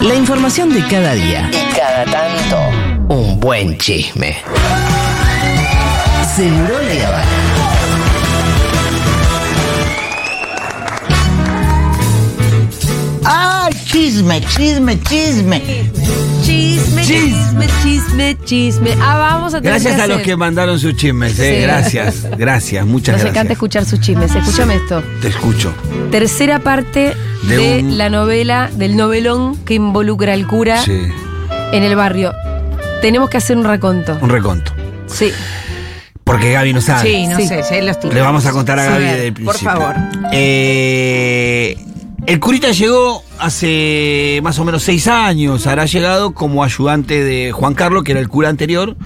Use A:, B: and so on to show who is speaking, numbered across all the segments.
A: La información de cada día.
B: Y cada tanto, un buen chisme.
A: Seguro la Habana.
C: ¡Ah, chisme, chisme, chisme!
D: Chisme, chisme, chisme, chisme. Ah, vamos a tener
E: Gracias
D: que
E: a los
D: hacer.
E: que mandaron sus chismes, eh.
D: Sí.
E: gracias, gracias, muchas
D: Nos encanta
E: gracias.
D: escuchar sus chismes. Escúchame esto.
E: Te escucho.
D: Tercera parte de,
E: De un-
D: la novela, del novelón que involucra al cura
E: Sí,
D: en el barrio. Tenemos que hacer un raconto.
E: un reconto.
D: Sí.
E: Porque Gaby no sabe.
F: Sí, no
D: Sí.
F: sé, sé los títulos.
E: Le vamos a contar a
F: Sí,
E: Gaby
F: ver,
E: desde el principio.
F: Por favor.
E: Eh, el curita llegó hace más o menos seis años. Habrá llegado como ayudante de Juan Carlos, que era el cura anterior,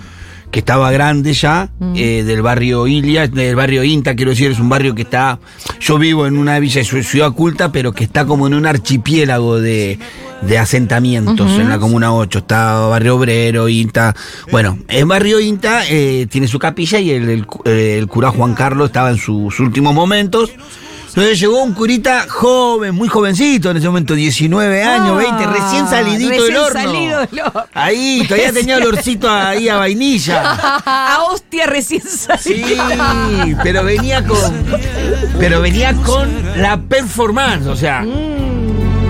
E: que estaba grande ya, eh, del barrio Ilia, del barrio Inta, quiero decir, es un barrio que está. Yo vivo en una villa, ci- ciudad culta, pero que está como en un archipiélago de, de asentamientos en la Comuna 8. Está Barrio Obrero, Inta. Bueno, el barrio Inta eh, tiene su capilla y el, el cu- eh, el cura Juan Carlos estaba en sus últimos momentos. Entonces llegó un curita joven, muy jovencito en ese momento, 19 años, 20, recién
F: Ah,
E: salidito
F: recién
E: del horno.
F: salido del horno.
E: Ahí, todavía tenía olorcito ahí a vainilla.
F: A hostia recién
E: Sí,
F: salido.
E: pero venía con. Pero venía con la performance, o sea.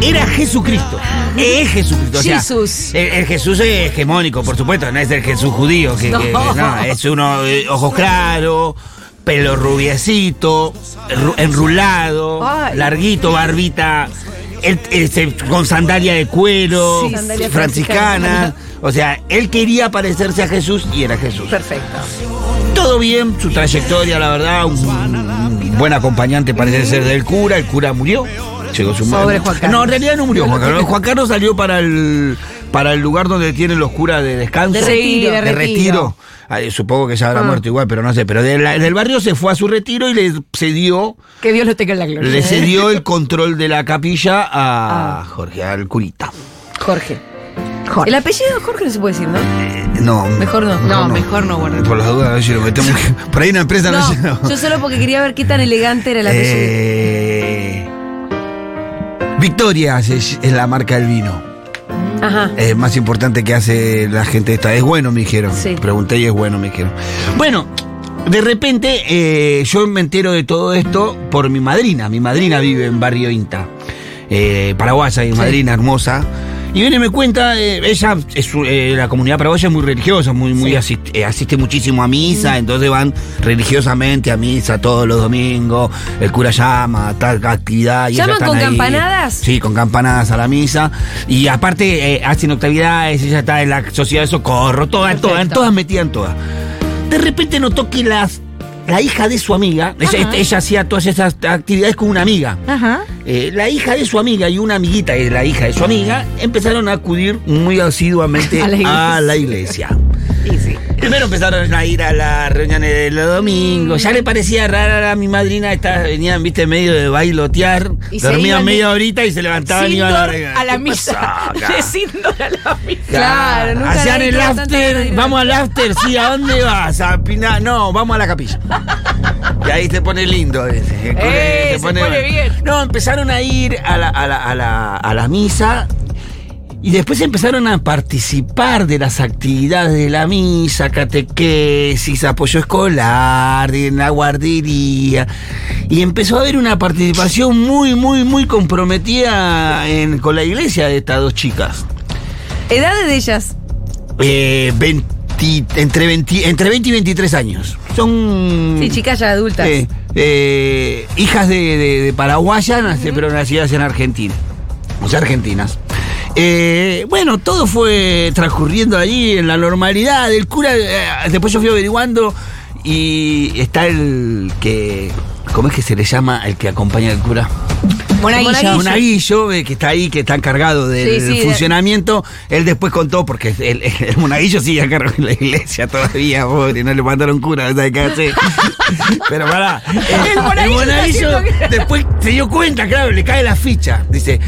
E: Era Jesucristo. Es Jesucristo. o sea,
F: Jesús.
E: el, el Jesús es hegemónico, por supuesto, no es el Jesús judío, que, que- que no. es uno eh, ojos claros, pelo rubiecito, ru- enrulado,
D: Ay.
E: larguito, barbita, él, eh, se- con sandalia de cuero,
D: Sí, sandalia
E: franciscana. O sea, él quería parecerse a Jesús y era Jesús.
F: Perfecto.
E: Todo bien, su trayectoria, la verdad, un, un buen acompañante parece ser del cura, el cura murió. Llegó su
F: Pobre Juan Carlos.
E: No, en realidad no murió Juan Carlos. Juan Carlos salió para el para el lugar donde tienen los curas de descanso.
F: De retiro,
E: de
F: de
E: retiro.
F: retiro.
E: Ah, supongo que ya habrá muerto igual, pero no sé. Pero de la- del barrio se fue a su retiro y le cedió,
F: Que Dios lo tenga en la gloria.
D: ¿eh?
E: le cedió el control de la capilla
F: Ah.
E: a Jorge, al curita.
F: Jorge.
D: El
F: Jorge.
D: apellido de Jorge no se puede decir, ¿no?
E: Eh, no,
D: Mejor no.
F: No, mejor no guardar.
E: Por las dudas, a ver si lo metemos. Por ahí una empresa no,
D: No, yo solo porque quería ver qué tan elegante era el apellido.
E: Eh, Victoria es, es la marca del vino.
D: Ajá.
E: Es más importante que hace la gente esta. Es bueno, me dijeron.
D: Sí.
E: Pregunté y es bueno, me dijeron. Bueno, de repente eh, yo me entero de todo esto por mi madrina. Mi madrina vive en Barrio Inta. Eh, paraguaya, mi madrina hermosa. Y viene y me cuenta, eh, ella, es, u- eh, la comunidad paraguaya es muy religiosa, muy, muy asist- eh, asiste muchísimo a
D: Mm.
E: misa, entonces van religiosamente a misa todos los domingos, el cura llama, tal actividad. y ellas
D: ¿Llaman
E: están
D: con
E: ahí.
D: campanadas?
E: Sí, con campanadas a la misa. Y aparte eh, hacen octavidades, ella está en la sociedad de socorro, todas, todas, todas metían todas. De repente notó que las, la hija de su amiga, ella, este, ella hacía todas esas actividades con una amiga.
F: Ajá.
E: Eh, la hija de su amiga y una amiguita de la hija de su amiga empezaron a acudir muy asiduamente
F: A la iglesia.
E: A la iglesia.
F: Sí, sí.
E: Primero empezaron a ir a las reuniones de los domingos. Ya le parecía rara a mi madrina, esta, venían, viste, medio de bailotear.
F: Y se
E: Dormían
F: iban de-
E: media horita y se levantaban y iban a la
F: Sindor
E: reunión.
F: a la
E: ¿Qué
F: misa.
E: pasó acá?
F: De Sindor a la misa.
D: Claro, nunca
E: Hacían
D: nadie
E: el
D: tuvo tanta ganas de
E: after,
D: ir.
E: vamos al after, sí, ¿a dónde vas? A Pina- No, vamos a la capilla. Y ahí se pone lindo. ese, el cura,
F: Eh, se pone bien.
E: No, empezaron a ir a la, a la- a la- a la misa y después empezaron a participar de las actividades de la misa, catequesis, apoyo escolar, en la guardería. Y empezó a haber una participación muy, muy, muy comprometida en- con la iglesia de estas dos chicas.
D: Edades de ellas.
E: Eh, 20 entre, 20, entre 20 y 23 años. Son.
D: Sí, chicas ya adultas.
E: eh, eh, hijas de, de- de paraguayas, nace- pero nacidas en Argentina. O sea, argentinas. Eh, bueno, todo fue transcurriendo allí en la normalidad. El cura, eh, después yo fui averiguando y está el que. ¿Cómo es que se le llama el que acompaña al cura?
F: Monaguillo.
E: Un aguillo eh, que está ahí, que está encargado del
D: Sí, sí, de-
E: funcionamiento. Él después contó, porque el, el monaguillo sigue a cargo de la iglesia todavía, pobre, no le mandaron cura, ¿sabes qué hace? Pero pará. El,
F: monaguillo está haciendo-
E: después se dio cuenta, claro, le cae la ficha. Dice.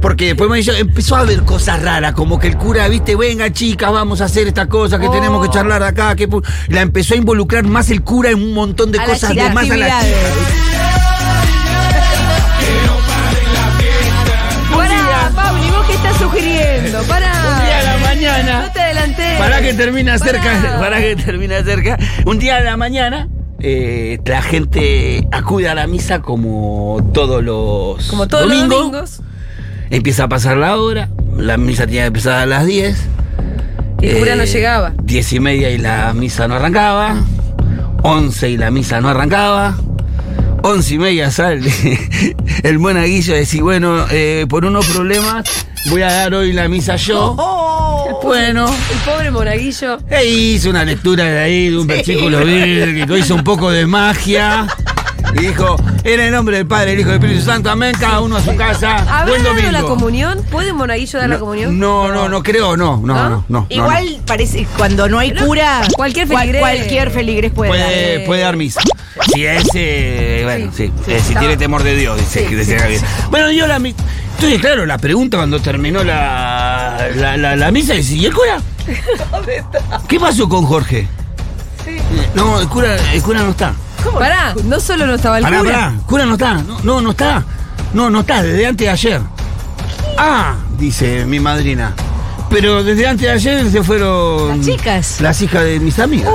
E: Porque después el monaguillo empezó a ver cosas raras, como que el cura, viste, venga chicas, vamos a hacer esta cosa, que tenemos que charlar acá, que pu-". la empezó a involucrar más el cura en un montón de
F: A las
E: cosas de
F: chicas,
E: más a la
F: actividades.
D: Pará, Pauli, ¿vos qué estás sugiriendo? Ah.
E: que termina
D: Pará.
E: cerca, para que termina cerca. Un día de la mañana, eh, la gente acude a la misa como todos los
D: Como todos
E: domingos.
D: los domingos.
E: Empieza a pasar la hora, la misa tenía que empezar a las 10.
D: El cura no
E: Eh,
D: llegaba.
E: 10 y media y la misa no arrancaba. 11 y la misa no arrancaba. 11 y media sale el buen aguillo y decir, bueno, eh, por unos problemas voy a dar hoy la misa yo.
D: Oh.
E: Bueno,
D: El pobre monaguillo.
E: e hizo una lectura de ahí, de un versículo bíblico, hizo un poco de magia. Y dijo, en el nombre del Padre, el Hijo y del Espíritu Santo, amén, cada uno a su casa.
D: ¿Habrá
E: Buen domingo.
D: dado la comunión? ¿Puede un monaguillo dar la comunión?
E: No, no, no creo, no, no,
D: ¿No?
E: no. no, no,
F: Igual parece cuando no hay cura,
D: cualquier
F: cual-
D: feligrés.
F: cualquier feligrés puede,
E: no.
F: dar.
E: Puede, puede dar misa. Si es, eh, bueno, sí, eh, si tiene temor de Dios, dice, que decía Gabriel. Bueno, yo la misa. Entonces, claro, la pregunta cuando terminó la, la, la, la misa es, ¿y el cura? ¿Qué pasó con Jorge? No, el cura, el cura no está.
D: Pará, no solo no estaba el
E: Pará,
D: cura.
E: pará, cura no está, no, no, no está, no, no está, desde antes de ayer. Ah, dice mi madrina. Pero desde antes de ayer se fueron.
D: Las chicas. Uh.
E: Las hijas de mis amigas.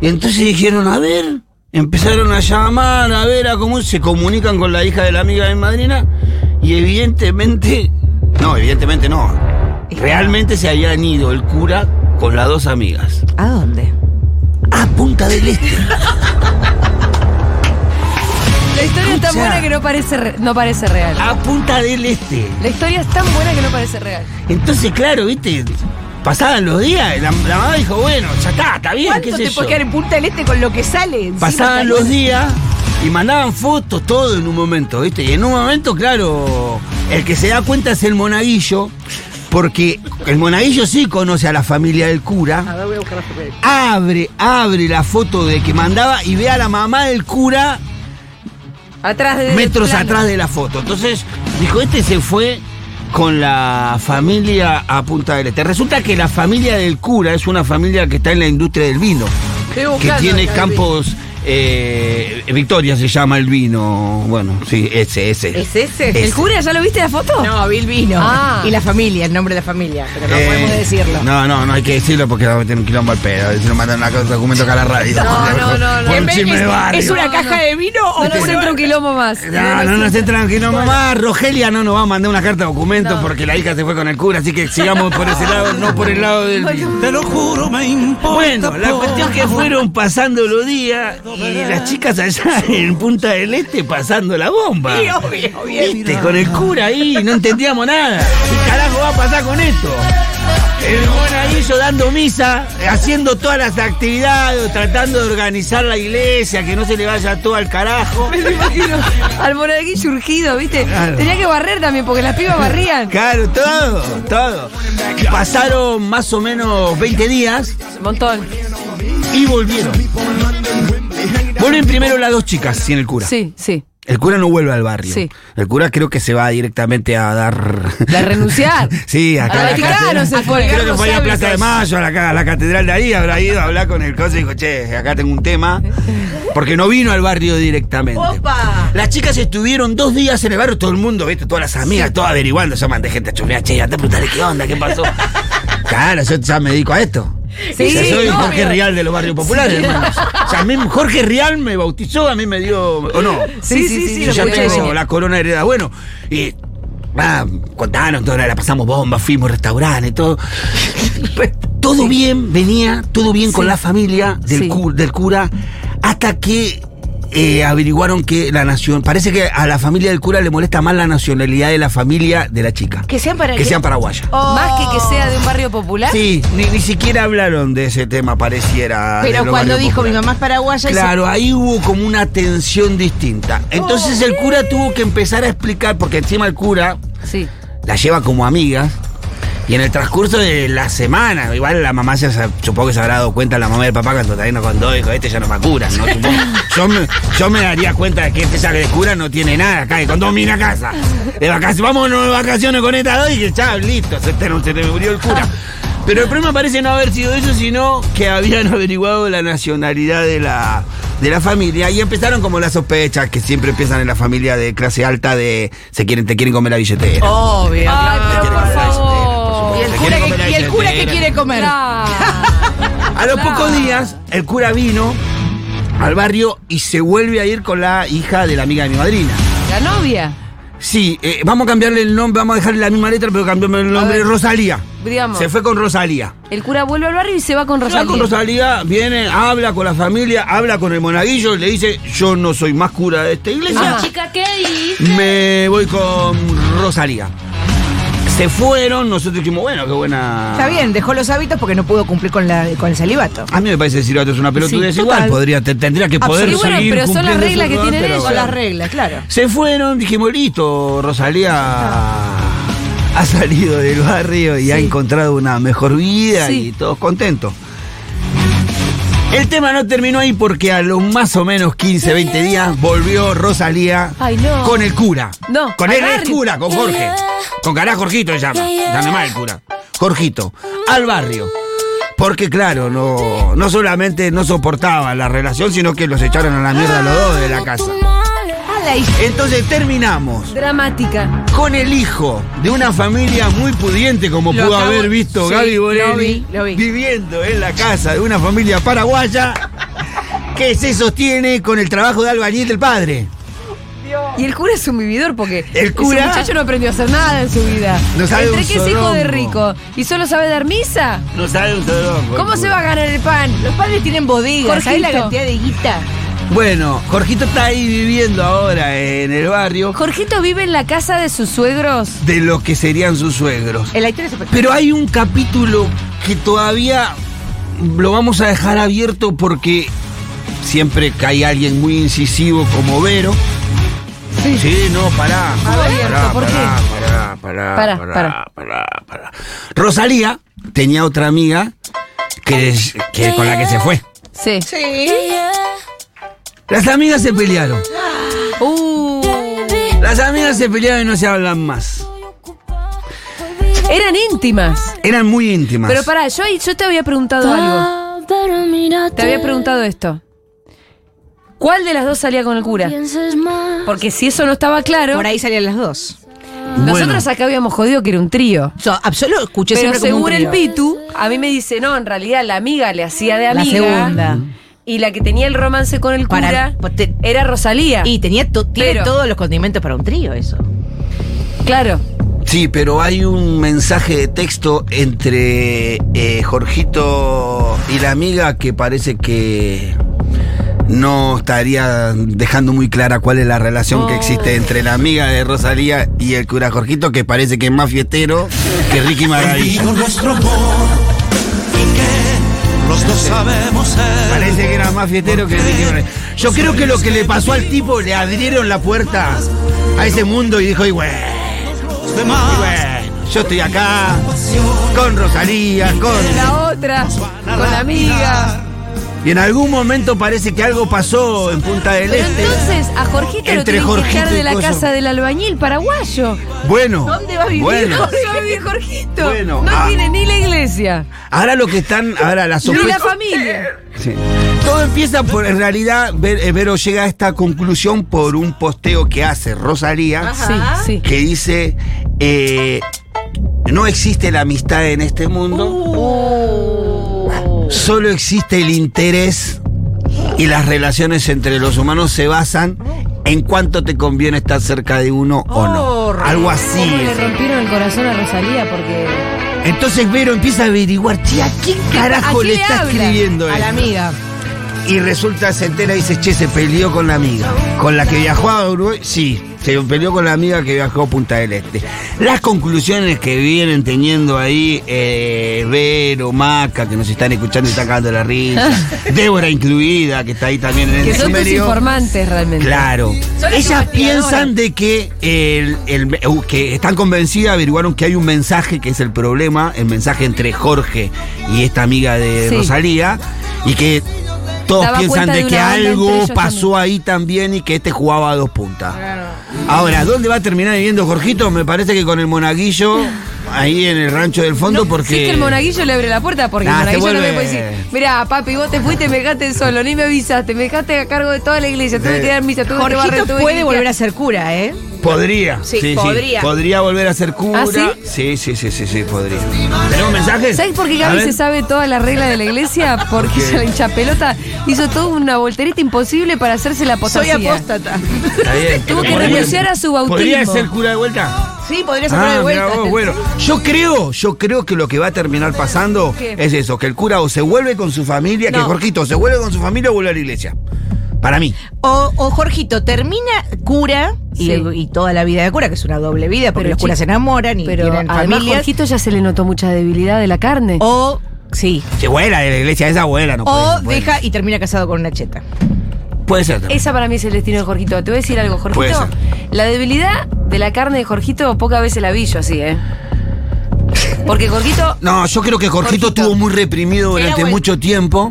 E: Y entonces dijeron, a ver, empezaron a llamar, a ver, a cómo se comunican con la hija de la amiga de mi madrina. Y evidentemente, no, evidentemente no. Realmente se habían ido el cura con las dos amigas.
F: ¿A dónde?
E: A Punta del Este.
D: La historia es tan
E: Escuchá.
D: buena que no parece, re- no parece real.
E: A Punta del Este.
D: La historia es tan buena que no parece real.
E: Entonces, claro, viste, pasaban los días, la, la mamá dijo, bueno, ya está, está bien, qué
F: ¿Cuánto
E: sé
F: te
E: yo.
F: puede quedar en Punta del Este con lo que sale? Encima
E: Pasaban
F: está-
E: los días y mandaban fotos, todo en un momento, viste. Y en un momento, claro, el que se da cuenta es el monaguillo, porque el monaguillo sí conoce a la familia del cura.
D: ver, voy a buscar la foto.
E: Abre, abre la foto de que mandaba y ve a la mamá del cura
D: Atrás de.
E: metros
D: plano.
E: atrás de la foto. Entonces, dijo, este se fue con la familia a Punta del Este. Resulta que la familia del cura es una familia que está en la industria del vino,
D: Estoy
F: Uh,
E: que
D: buscando
E: tiene
D: acá el
E: campos... eh, Victoria se llama el vino, bueno, sí, ese, ese.
F: ¿Es ese?
D: video.
E: Este.
D: ¿El cura ya lo viste la foto?
F: No, Bill vino.
D: Ah.
F: Y la familia, el nombre de la familia, pero no
E: Eh,
F: podemos decirlo.
E: No, no, no hay que decirlo porque va a meter un quilombo al pedo. Si no mandan una cosa, documento acá a la radio.
D: No, no, no, no.
E: Por un
D: En vez-
E: chisme de
F: ¿Es,
E: barrio.
F: es una
D: No,
F: caja
D: no.
F: de vino
D: No
F: o
D: nos
F: pura-
D: entra un quilombo más.
E: No, no nos entra tranquilo, mamá. Rogelia no nos va a mandar una carta de documento
D: No.
E: porque la hija se fue con el cura, así que sigamos por ese lado, no por el lado del. Te lo juro, me importa. Bueno, la cuestión que fueron pasando los días y las chicas allá en Punta del Este pasando la bomba.
F: Sí, obvio, obvio.
E: Viste, con el cura ahí, no entendíamos nada. ¿Qué carajo va a pasar con esto? El monaguillo dando misa, haciendo todas las actividades, tratando de organizar la iglesia, que no se le vaya todo al carajo.
D: Al monaguillo urgido, ¿viste?
E: Claro.
D: Tenía que barrer también porque las pibas barrían.
E: Claro, todo, todo. Pasaron más o menos 20 días
D: Montón.
E: y volvieron. Vuelven primero las dos chicas sin el cura.
D: Sí, sí.
E: El cura no vuelve al barrio.
D: Sí.
E: El cura creo que se va directamente a dar.
D: La renunciar.
E: Sí, acá
D: A
E: a la
D: Vaticano
E: catedral. Ah,
D: se fue.
E: Creo que
D: Carlos
E: fue a la
D: Chávez.
E: Plaza de Mayo, a la, ca- a la catedral de ahí, habrá ido a hablar con el coche y dijo, che, acá tengo un tema. Porque no vino al barrio directamente.
F: ¡Opa!
E: Las chicas estuvieron dos días en el barrio, todo el mundo, viste, todas las amigas, todas averiguando, llaman de gente a chumbear, che, andá a preguntarle qué onda, qué pasó. claro, yo ya me dedico a esto.
D: Sí,
E: Yo soy
D: obvio.
E: Jorge Rial de los barrios populares, hermanos. O sea, a mí Jorge Rial me bautizó, a mí me dio. ¿O no?
D: Sí, sí, sí, sí,
E: yo
D: lo
E: ya
D: escuché.
E: tengo la corona heredada. Bueno, y. Ah, contaron, toda la, la pasamos bomba, fuimos a restaurantes, todo. todo bien, venía, todo bien con la familia del,
D: Sí.
E: cu- del cura, hasta que eh, averiguaron que la nación. Parece que a la familia del cura le molesta más la nacionalidad de la familia de la chica.
F: Que sean para
E: Que sean paraguayas.
D: Más que que sea de un barrio
F: ¿Eh?
D: popular.
E: Sí, ni, ni siquiera hablaron de ese tema, pareciera.
F: Pero
E: del
F: cuando
E: horario
F: dijo
E: popular.
F: mi mamá es paraguaya, y se-
E: Claro, ahí hubo como una tensión distinta. Entonces el cura tuvo que empezar a explicar, porque encima el cura
D: Sí.
E: la lleva como amigas. Y en el transcurso de la semana, igual la mamá se sa- supongo que se habrá dado cuenta la mamá y el papá cuando también nos contó, dijo, este ya no me cura, ¿no? Supongo- yo, me, yo me daría cuenta de que este ya que cura no tiene nada acá, que con dos minas a casa. De vacaciones, vámonos de vacaciones con estas dos y que ya, listo, se te, se te murió el cura. Pero el problema parece no haber sido eso, sino que habían averiguado la nacionalidad de la, de la familia y empezaron como las sospechas que siempre empiezan en la familia de clase alta de se quieren, te quieren comer la billetera.
F: Obvio.
D: Ay, pero
E: Te quieren
D: por
E: comer la billetera, por
D: favor.
E: supuesto.
F: Ah, ¿Y el
E: Te
F: cura
E: quieren
F: que-
E: comer la
F: y el cura que
E: billetera.
F: quiere Ah. comer.
E: A los pocos días, el cura vino al barrio y se vuelve a ir con la hija de la amiga de mi madrina.
D: La novia.
E: Sí, eh, vamos a cambiarle el nombre, vamos a dejarle la misma letra, pero cambiamos el nombre.
D: ver.
E: Rosalía.
D: Digamos.
E: Se fue con Rosalía.
D: El cura vuelve al barrio y se va con
E: Se va
D: Rosalía.
E: con Rosalía, viene, habla con la familia, habla con el monaguillo, le dice, yo no soy más cura de esta iglesia.
D: Ah. Chica, ¿qué dices?
E: Me voy con Rosalía. Se fueron, nosotros dijimos, bueno, qué buena.
F: Está bien, dejó los hábitos porque no pudo cumplir con, la, con el celibato.
E: A mí me parece que Cirato es una pelotudez
F: Sí,
E: igual,
F: total.
E: podría, te- tendría que poder
D: Y bueno,
E: seguir
D: pero son las
E: cumpliendo
D: reglas
E: su
D: que
E: rol,
D: tienen
E: pero
D: ellos.
F: Con
E: bueno.
F: las reglas, claro.
E: Se fueron, dijimos, listo,
D: Ah.
E: Rosalía ha salido del barrio y ha encontrado una mejor vida
D: Sí.
E: y todos contentos. El tema no terminó ahí porque a los más o menos 15, 20 días volvió Rosalía
D: Ay, no.
E: con el cura.
D: No,
E: Con
D: al
E: el ex
D: barrio.
E: cura, con Jorge. Con Cará Jorgito se llama. Dame mal el cura. Jorgito. Al barrio. Porque claro, no, no solamente no soportaba la relación, sino que los echaron a la mierda los dos de la casa. Entonces terminamos
D: Ah, Dramática.
E: con el hijo de una familia muy pudiente, como
F: Lo
E: pudo
F: acabo-
E: haber visto
F: sí,
E: Gaby
F: lo
E: Borelli,
F: vi, lo vi.
E: viviendo en la casa de una familia paraguaya que se sostiene con el trabajo de albañil del padre.
D: Y el cura es un vividor porque
E: El cura-
D: ese muchacho no aprendió a hacer nada en su vida.
E: No sabe
D: Entre
E: un
D: que es hijo de
E: solombo.
D: rico y solo sabe dar misa,
E: No sabe un
D: ¿cómo se va a ganar el pan?
F: Los padres tienen bodegas, ¿sabes la
D: Jorgito.
F: cantidad de guita?
E: Bueno, Jorgito está ahí viviendo ahora en el barrio
D: Jorgito vive en la casa de sus suegros.
E: de lo que serían sus suegros.
F: En la historia se puede-
E: Pero hay un capítulo que todavía lo vamos a dejar abierto porque siempre cae alguien muy incisivo como Vero. Sí, no, pará. Pará,
D: abierto, ¿por
E: pará, pará,
D: Pará,
E: pará, pará, pará, pará. Rosalía tenía otra amiga que, que- con la que se fue.
D: Sí.
F: Sí.
E: Las amigas se pelearon.
D: Uh,
E: Las amigas se pelearon y no se hablan más.
D: eran íntimas.
E: Eran muy íntimas.
D: Pero pará, yo, ahí- yo te había preguntado algo.
G: Pero mira,
D: Te había preguntado esto. ¿Cuál de las dos salía con el cura?
G: pienses más.
D: Porque si eso no estaba claro,
F: Por ahí salían las dos.
E: Bueno,
D: nosotros acá habíamos jodido que era un trío.
F: Yo absoluto, escuché
D: Pero
F: siempre como un
D: según el
F: trío.
D: Pitu, a mí me dice, no, en realidad la amiga le hacía de
F: La
D: amiga.
F: segunda.
D: Y la que tenía el romance con el
F: Para- pues,
D: cura
F: te-
D: era Rosalía.
F: Y tenía to- tiene
D: Pero-
F: todos los condimentos para un trío eso.
D: claro,
E: Sí, pero hay un mensaje de texto entre eh, Jorgito y la amiga que parece que no estaría dejando muy clara cuál es la relación que existe entre la amiga de Rosalía y el cura Jorgito, que parece que es más fiestero que Ricky Maravilla.
H: nuestro amor y que los dos sabemos el
E: Parece que era más fiestero que Ricky Maravilla. Yo creo que lo que le pasó al tipo, le abrieron la puerta a ese mundo y dijo, y bueno, y
H: demás.
E: bueno, yo estoy acá con Rosalía, con...
D: la otra, con la amiga.
E: Y en algún momento parece que algo pasó en Punta del
D: Pero
E: Este.
D: entonces a Jorgito lo
E: Entre
D: tienen que
E: Jorgito
D: echar
E: y
D: de la
E: coso.
D: casa del albañil paraguayo.
E: Bueno.
D: ¿Dónde va a vivir
E: bueno.
D: ¿Dónde va a vivir Jorgito?
E: Bueno,
D: no
E: ah.
D: tiene ni la iglesia,
E: Ahora lo que están, ahora las
D: ni la
E: sospechas-
D: familia.
E: Sí. Todo empieza por, en realidad, Ver- eh, Vero llega a esta conclusión por un posteo que hace Rosalía,
D: Sí, sí.
E: que dice, eh, no existe la amistad en este mundo,
F: Uh.
D: Uh.
E: solo existe el interés y las relaciones entre los humanos se basan en cuánto te conviene estar cerca de uno o
D: Oh,
E: no. Algo así.
D: ¿Cómo le
E: es.
D: rompieron el corazón a Rosalía? Porque.
E: Entonces Vero empieza a averiguar, che, ¿a quién carajo
D: ¿A quién
E: le
D: le
E: está
D: habla?
E: escribiendo
F: A la
E: esto?
F: amiga.
E: Y resulta, se entera y dice, che, se peleó con la amiga. ¿Con la que viajó a Uruguay? Sí, se peleó con la amiga que viajó a Punta del Este. Las conclusiones que vienen teniendo ahí eh, Vero, Maca, que nos están escuchando y están cagando la risa, Débora incluida, que está ahí también en el
D: Que son tus
E: medio.
D: informantes realmente.
E: Claro.
D: Son
E: Ellas
D: investigadoras.
E: piensan de que, el, el- uh, que están convencidas, averiguaron que hay un mensaje que es el problema, el mensaje entre Jorge y esta amiga de
D: Sí.
E: Rosalía, y que todos
D: Daba
E: piensan
D: cuenta
E: de,
D: de
E: que
D: una banda entre
E: algo
D: ellos
E: pasó ahí también y que este jugaba a dos puntas. Ahora, ¿dónde va a terminar viviendo Jorgito? Me parece que con el monaguillo ahí en el rancho del fondo
D: No,
E: porque.
D: Sí que el monaguillo le abre la puerta porque
E: Nah,
D: el
E: te
D: monaguillo no me
E: vuelve-
D: puede decir, mirá, papi, vos te fuiste y me dejaste solo, ni me avisaste, me dejaste a cargo de toda la iglesia, tuve
E: Eh.
D: que dar misa, tuve que barrer,
F: Jorgito
D: tuve que
F: puede
D: limpiar".
F: volver a ser cura, ¿eh?
E: Podría.
F: Sí, podría.
E: Podría volver a ser cura.
D: ¿Ah, sí?
E: sí, sí, sí, sí, sí, podría. ¿Tenemos mensajes?
D: ¿Sabes por qué
E: A
D: Gaby
E: ver.
D: se sabe toda la regla de la iglesia? Porque
E: qué?
D: ella, la hinchapelota hizo toda una voltereta imposible para hacerse la apostasía.
E: Está bien,
D: Tuvo
E: pero
D: que
E: podría-
D: renunciar a su bautismo.
E: ¿Podría ser cura de vuelta?
F: Sí, podría ser
E: Ah,
F: de
E: mirá
F: vuelta.
E: vos, bueno, yo creo, yo creo que lo que va a terminar pasando
D: ¿Qué?
E: es eso, que el cura o se vuelve con su familia, que
F: No.
E: Jorquito se vuelve con su familia o vuelve a la iglesia. Para mí.
F: O, o Jorgito termina cura y,
D: Sí.
F: y toda la vida de cura, que es una doble vida, porque
D: Pero
F: los curas se
D: chi-
F: enamoran y
D: Pero
F: tienen
D: además
F: familias.
D: Jorgito ya se le notó mucha debilidad de la carne.
F: O,
E: Oh.
F: sí.
E: Se vuela de la iglesia, esa abuela no
F: o
E: puede, no puede.
F: deja y termina casado con una cheta.
E: Puede ser también.
D: Esa para mí es el destino de Jorgito. Te voy a decir algo,
E: Puede
D: Jorgito.
E: ser.
D: La debilidad de la carne de Jorgito pocas veces la vi yo así, ¿eh? Porque Jorgito
E: No, yo creo que Jorgito,
D: Jorgito.
E: estuvo muy reprimido durante
F: bueno.
E: mucho tiempo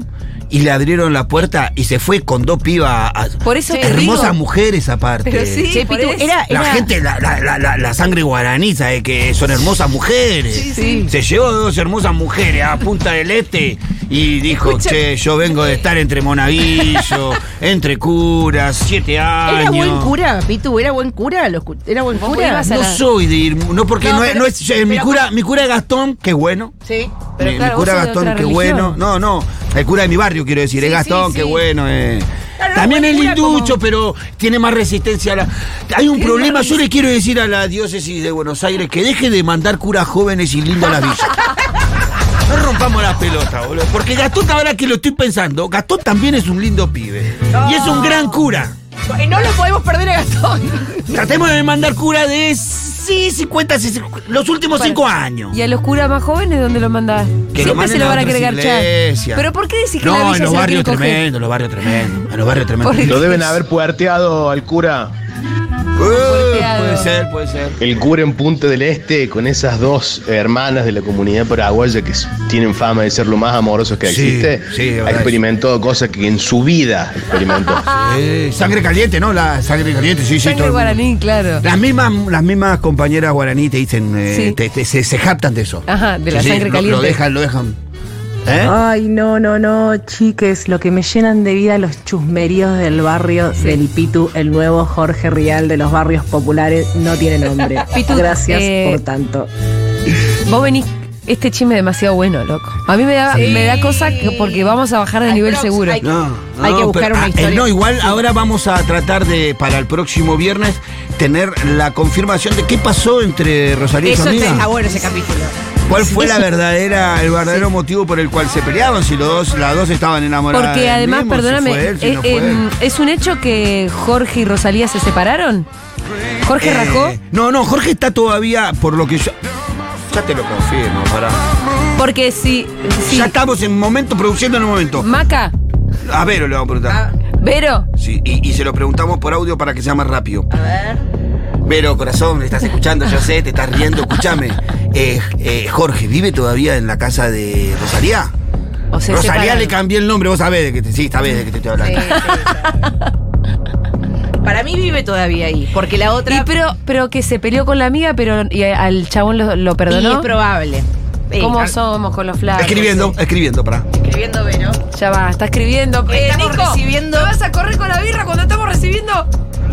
E: y le abrieron la puerta y se fue con dos pibas. a-
D: Por eso te
E: hermosas
D: digo.
E: mujeres aparte.
D: Pero sí,
F: Che,
D: por
F: Pitu,
D: eso.
F: era-
E: La gente, la, la- la- la- la sangre guaraní, sabe que son hermosas mujeres. Se llevó dos hermosas mujeres a Punta del Este y dijo, che, yo vengo de estar entre monaguillo, entre curas, siete años.
F: ¿Era buen cura, Pitu? ¿Era buen cura? ¿Los cu- ¿Era buen
D: Vos
F: cura?
D: ibas a
E: No
D: la-
E: soy de ir, no porque no,
F: No,
E: es-
F: pero-
E: no es, eh, mi
F: pero-
E: cura, mi cura de Gastón, que bueno.
F: Sí.
E: mi, mi
D: claro, vos
E: cura
D: sos de
E: Gastón,
D: otra
E: qué
D: religión.
E: bueno. No, no, el cura de mi barrio quiero decir, es
D: Sí,
E: Gastón,
D: sí,
E: qué
D: sí.
E: bueno. eh.
F: Claro,
E: También
F: no,
E: es
F: cualquiera
E: linducho,
F: como-
E: pero tiene más resistencia a la... Hay un problema, yo le quiero decir a la diócesis de Buenos Aires que deje de mandar curas jóvenes y lindos a las villas. No rompamos las pelotas, boludo. Porque Gastón, ahora que lo estoy pensando, Gastón también es un lindo pibe. Y es un gran cura.
F: Y no lo podemos perder a Gastón.
E: Tratemos de mandar cura de sí, 50, 60, los últimos 5 años.
D: y a los curas más jóvenes, ¿dónde los mandás?
E: Que lo
D: Siempre
E: manden
D: se lo
E: a
D: van a
E: otras
D: querer garchar.
E: iglesias.
D: Pero ¿por qué decís que la
E: No,
D: villa
E: en
D: se
E: los
D: lo quieren
E: barrios
D: coger?
E: tremendos, los barrios tremendos, en los barrios tremendos.
D: Por-
I: Lo deben haber puerteado al cura.
E: Eh, puede ser, puede ser.
I: El cura en Punta del Este con esas dos hermanas de la comunidad paraguaya que s- tienen fama de ser lo más amorosos que
E: Sí,
I: existe,
E: sí, de
I: ha
E: verdad.
I: experimentado cosas que en su vida experimentó.
E: Eh, sangre caliente, ¿no? La sangre caliente, sí, sí.
D: Ah.
E: todo
D: Sangre
E: el mundo.
D: guaraní, claro.
E: Las mismas, las mismas compañeras guaraní te dicen, eh,
D: Sí.
E: te- te- se, se jactan de eso.
D: Ajá, de la sangre
E: lo- Lo,
D: caliente. Ah,
E: dejan, lo dejan. ¿Eh?
J: Ay, no, no, no, chiques, lo que me llenan de vida los chusmeríos del barrio del Pitu, el nuevo Jorge Rial de los barrios populares, no tiene nombre.
D: Pitu,
J: Gracias
D: eh,
J: por tanto.
D: Vos venís. Este chisme es demasiado bueno, loco. A mí me da, me da cosa que- porque vamos a bajar de
F: Ay,
D: nivel
F: prox,
D: seguro.
F: ay,
E: No,
F: Hay
E: no,
F: que buscar
E: pero-
F: una
E: ah, eh,
F: historia.
E: no, igual ahora vamos a tratar de, para el próximo viernes, tener la confirmación de qué pasó entre Rosalía y su
F: Eso
E: amiga.
D: ah,
F: está ah, bueno ese capítulo.
E: ¿Cuál fue la verdadera, el verdadero motivo por el cual se peleaban? Si los dos, las dos estaban enamoradas.
D: Porque
E: del
D: además,
E: mismo, si
D: perdóname,
E: fue él, si
D: eh,
E: no fue
D: eh,
E: él.
D: ¿es un hecho que Jorge y Rosalía se separaron? ¿Jorge
E: Eh,
D: rajó?
E: No, no, Jorge está todavía, por lo que yo. Ya te lo confirmo, pará.
D: Porque si. si-
E: Ya estamos en momento, produciendo en un momento.
D: Maca,
E: A Vero le vamos a preguntar.
D: Vero,
E: Sí, y, y se lo preguntamos por audio para que sea más rápido.
F: A ver.
E: Vero, corazón, me estás escuchando, yo sé, te estás riendo, escúchame. Eh, eh, Jorge, ¿vive todavía en la casa de Rosalía?
D: o se
E: Rosalía
D: separaron.
E: le cambié el nombre, vos sabés de que te, sí, sabés de que te estoy hablando.
F: Para mí vive todavía ahí, porque la otra...
D: Y pero, pero que se peleó con la amiga, pero y a- al chabón lo, lo
F: Y es
D: perdonó.
F: probable. Eh,
D: ¿Cómo
F: ah,
D: somos con los flacos?
E: escribiendo, escribiendo, pará.
F: Escribiendo Vero.
D: Ya va, está escribiendo. Eh,
F: Estamos
D: Nico,
F: recibiendo-
D: ¿te vas a correr con la birra cuando estamos recibiendo?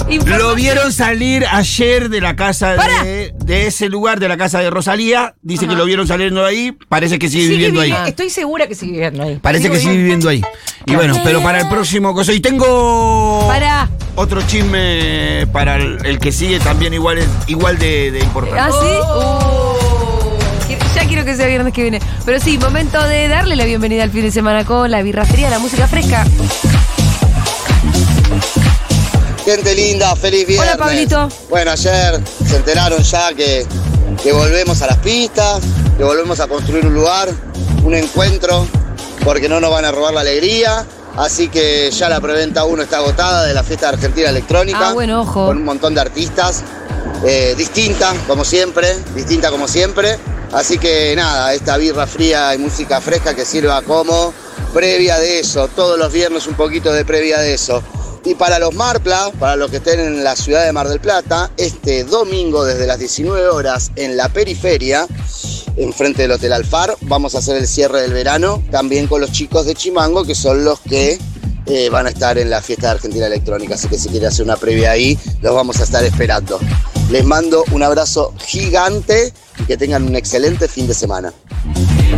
D: información?
E: Lo vieron salir ayer de la casa
D: Pará.
E: de, de ese lugar, de la casa de Rosalía. Dice que lo vieron saliendo de ahí. Parece que sigue
F: Sigue
E: viviendo
F: vivi-
E: ahí.
F: Estoy segura que sigue viviendo ahí.
E: Parece que sigue viviendo ahí. Y bueno, pero para el próximo coso. Y tengo
D: Pará.
E: otro chisme para el, el que sigue también igual, igual de, de importante.
D: ¿Ah, sí? Uh, qui- Ya quiero que sea viernes que viene. Pero sí, momento de darle la bienvenida al fin de semana con la birrastería, la música fresca.
K: Gente linda, feliz viernes.
D: Hola, Pablito.
K: Bueno, ayer se enteraron ya que, que volvemos a las pistas, que volvemos a construir un lugar, un encuentro, porque no nos van a robar la alegría. Así que ya la preventa 1 está agotada de la fiesta de Argentina Electrónica.
D: Ah, bueno, ojo.
K: Con un montón de artistas, eh, distinta como siempre, distinta como siempre. Así que nada, esta birra fría y música fresca que sirva como previa de eso, todos los viernes un poquito de previa de eso. Y para los Marpla, para los que estén en la ciudad de Mar del Plata, este domingo desde las 19 horas en la periferia, enfrente del Hotel Alfar, vamos a hacer el cierre del verano, también con los chicos de Chimango, que son los que eh, van a estar en la fiesta de Argentina Electrónica, así que si quieren hacer una previa ahí, los vamos a estar esperando. Les mando un abrazo gigante y que tengan un excelente fin de semana.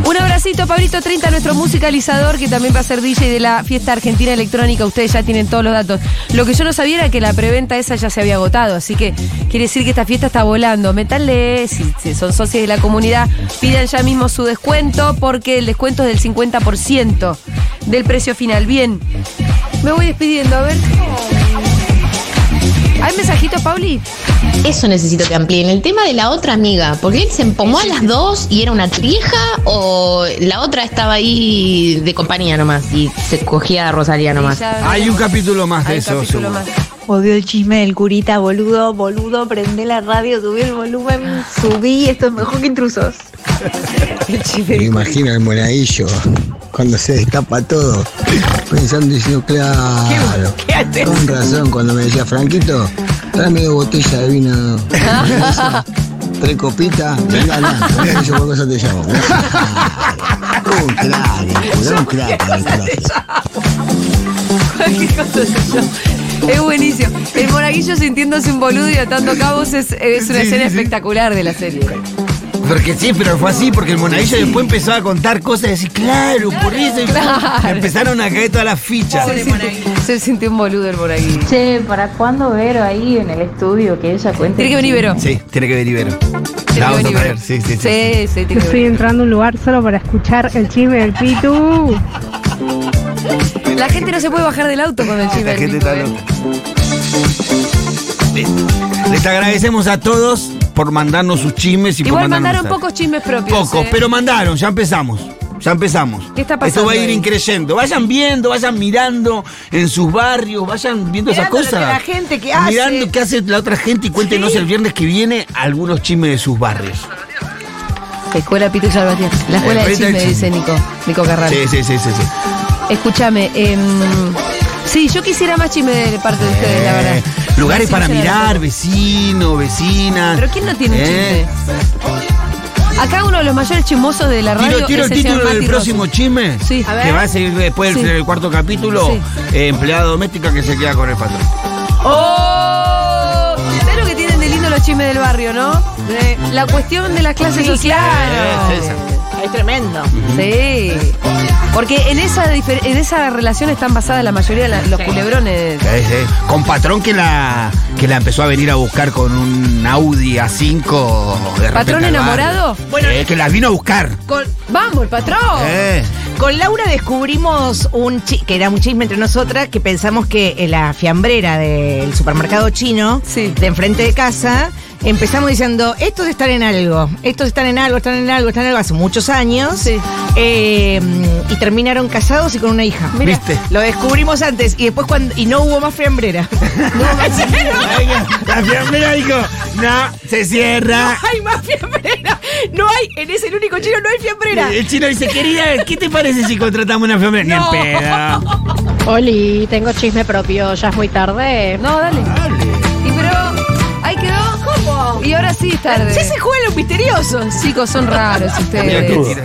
D: Un abracito a Pablito 30, nuestro musicalizador, que también va a ser DJ de la fiesta argentina electrónica. Ustedes ya tienen todos los datos. Lo que yo no sabía era que la preventa esa ya se había agotado, así que quiere decir que esta fiesta está volando. Métanle, si, si son socios de la comunidad, pidan ya mismo su descuento, porque el descuento es del 50% del precio final. Bien, me voy despidiendo, a ver. ¿Hay mensajitos, Pauli?
L: Eso necesito que amplíen. El tema de la otra amiga, porque él se empomó a las dos y era una trieja o la otra estaba ahí de compañía nomás y se cogía a Rosalía nomás.
E: Hay un capítulo más de eso, seguro.
M: Odio el chisme del curita, boludo, boludo, prende la radio, subí el volumen, subí, esto es mejor que intrusos.
N: Me imagino el moradillo cuando se destapa todo, pensando y diciendo, claro, con razón, cuando me decía, Franquito, tráeme dos botellas de vino, tres copitas, venga, no, yo por cosa te llamo. Un crack, boludo, un crack, un crack.
D: Qué cosa sé yo. Es buenísimo. El moraguillo sintiéndose un boludo y atando cabos es, es una
E: Sí,
D: escena
E: sí, sí.
D: espectacular de la serie.
E: Porque sí, pero fue así, porque el monaguillo
D: Sí, sí.
E: después empezó a contar cosas y decir, claro, por eso. y
D: Claro.
E: Empezaron a caer todas las fichas.
D: Se sintió- Se sintió un boludo el moraguillo.
O: Che, ¿para cuándo Vero ahí en el estudio que ella cuente?
D: Tiene que venir Vero.
E: Sí, tiene que ver Ibero.
D: que
E: La vamos
D: ver
E: a ver, sí, sí, sí.
D: Sí, sí, tiene que
P: Estoy
D: venir.
P: entrando a un lugar solo para escuchar el chisme del Pitu.
D: La gente no se puede bajar del auto cuando el chisme
E: La
D: del
E: gente
D: Pitu,
E: está
D: ¿eh?
E: loca. Bien. Les agradecemos a todos por mandarnos sus chismes y
D: Igual
E: por mandarnos
D: mandaron
E: mensajes.
D: pocos chismes propios.
E: Pocos,
D: ¿eh?
E: pero mandaron, ya empezamos. Ya empezamos.
D: ¿Qué está pasando
E: Esto va a ir
D: ahí?
E: increyendo. Vayan viendo, vayan mirando en sus barrios, vayan viendo esas
F: Mirando lo que
E: cosas.
F: la gente que hace.
E: Mirando qué hace la otra gente y cuéntenos el viernes que viene algunos chismes de sus barrios.
D: Escuela Pitu Salvatierra. La escuela
E: Eh,
D: de
E: vete al
D: chisme,
E: chisme.
D: dice Nico. Nico Carral.
E: Sí, sí, sí, sí. sí.
D: Escúchame. em, sí, yo quisiera más chisme de parte de ustedes, la verdad.
E: Eh, lugares
D: Así
E: para
D: yo la
E: mirar, vecinos, vecinas.
D: Pero ¿quién no tiene un
E: Eh,
D: verdad. Acá uno de los mayores chismosos de la radio
E: Tiro, tiro
D: es
E: el
D: el señor
E: título del
D: Mati
E: próximo
D: Rosso.
E: chisme.
D: Sí. A
E: Que
D: ver.
E: va a seguir después
D: Sí.
E: del cuarto capítulo. eh, empleada doméstica que se queda con el patrón.
D: ¡Oh! ¿Sabes lo que tienen de lindo los chismes del barrio, no? Eh, La cuestión de las clases
F: Sí,
D: sociales.
F: claro. Es tremendo.
D: Sí. Porque en esa, difer- en esa relación están basadas la mayoría de la- los culebrones.
E: Eh, eh, Con patrón que la que la empezó a venir a buscar con un Audi A5 de repente
D: ¿Patrón
E: al barrio.
D: enamorado? Oh.
E: Eh, que la vino a buscar.
D: Con- ¡Vamos, el patrón!
E: Eh.
F: Con Laura descubrimos un chi- que era un chisme entre nosotras que pensamos que en la fiambrera del supermercado chino de enfrente de casa empezamos diciendo estos están en algo, estos están en algo, están en algo, están en algo hace muchos años Eh, y terminaron casados y con una hija. Mira,
E: ¿Viste?
F: Lo descubrimos antes y después cuando y no hubo más fiambrera. no hubo más
E: fiambrera. La fiambrera dijo, no, se cierra.
F: No hay más fiambrera. No hay, en ese el único chino no hay fiambrera.
E: El chino dice, querida, ¿qué te parece si contratamos una fiambrera? Ni
F: No.
E: en pedo.
P: Oli, tengo chisme propio, ya es muy tarde.
D: No, dale. Y pero ahí quedó. ¿Cómo? Y ahora sí es tarde.
F: Ya se juegan los misteriosos.
D: Chicos, son raros ustedes.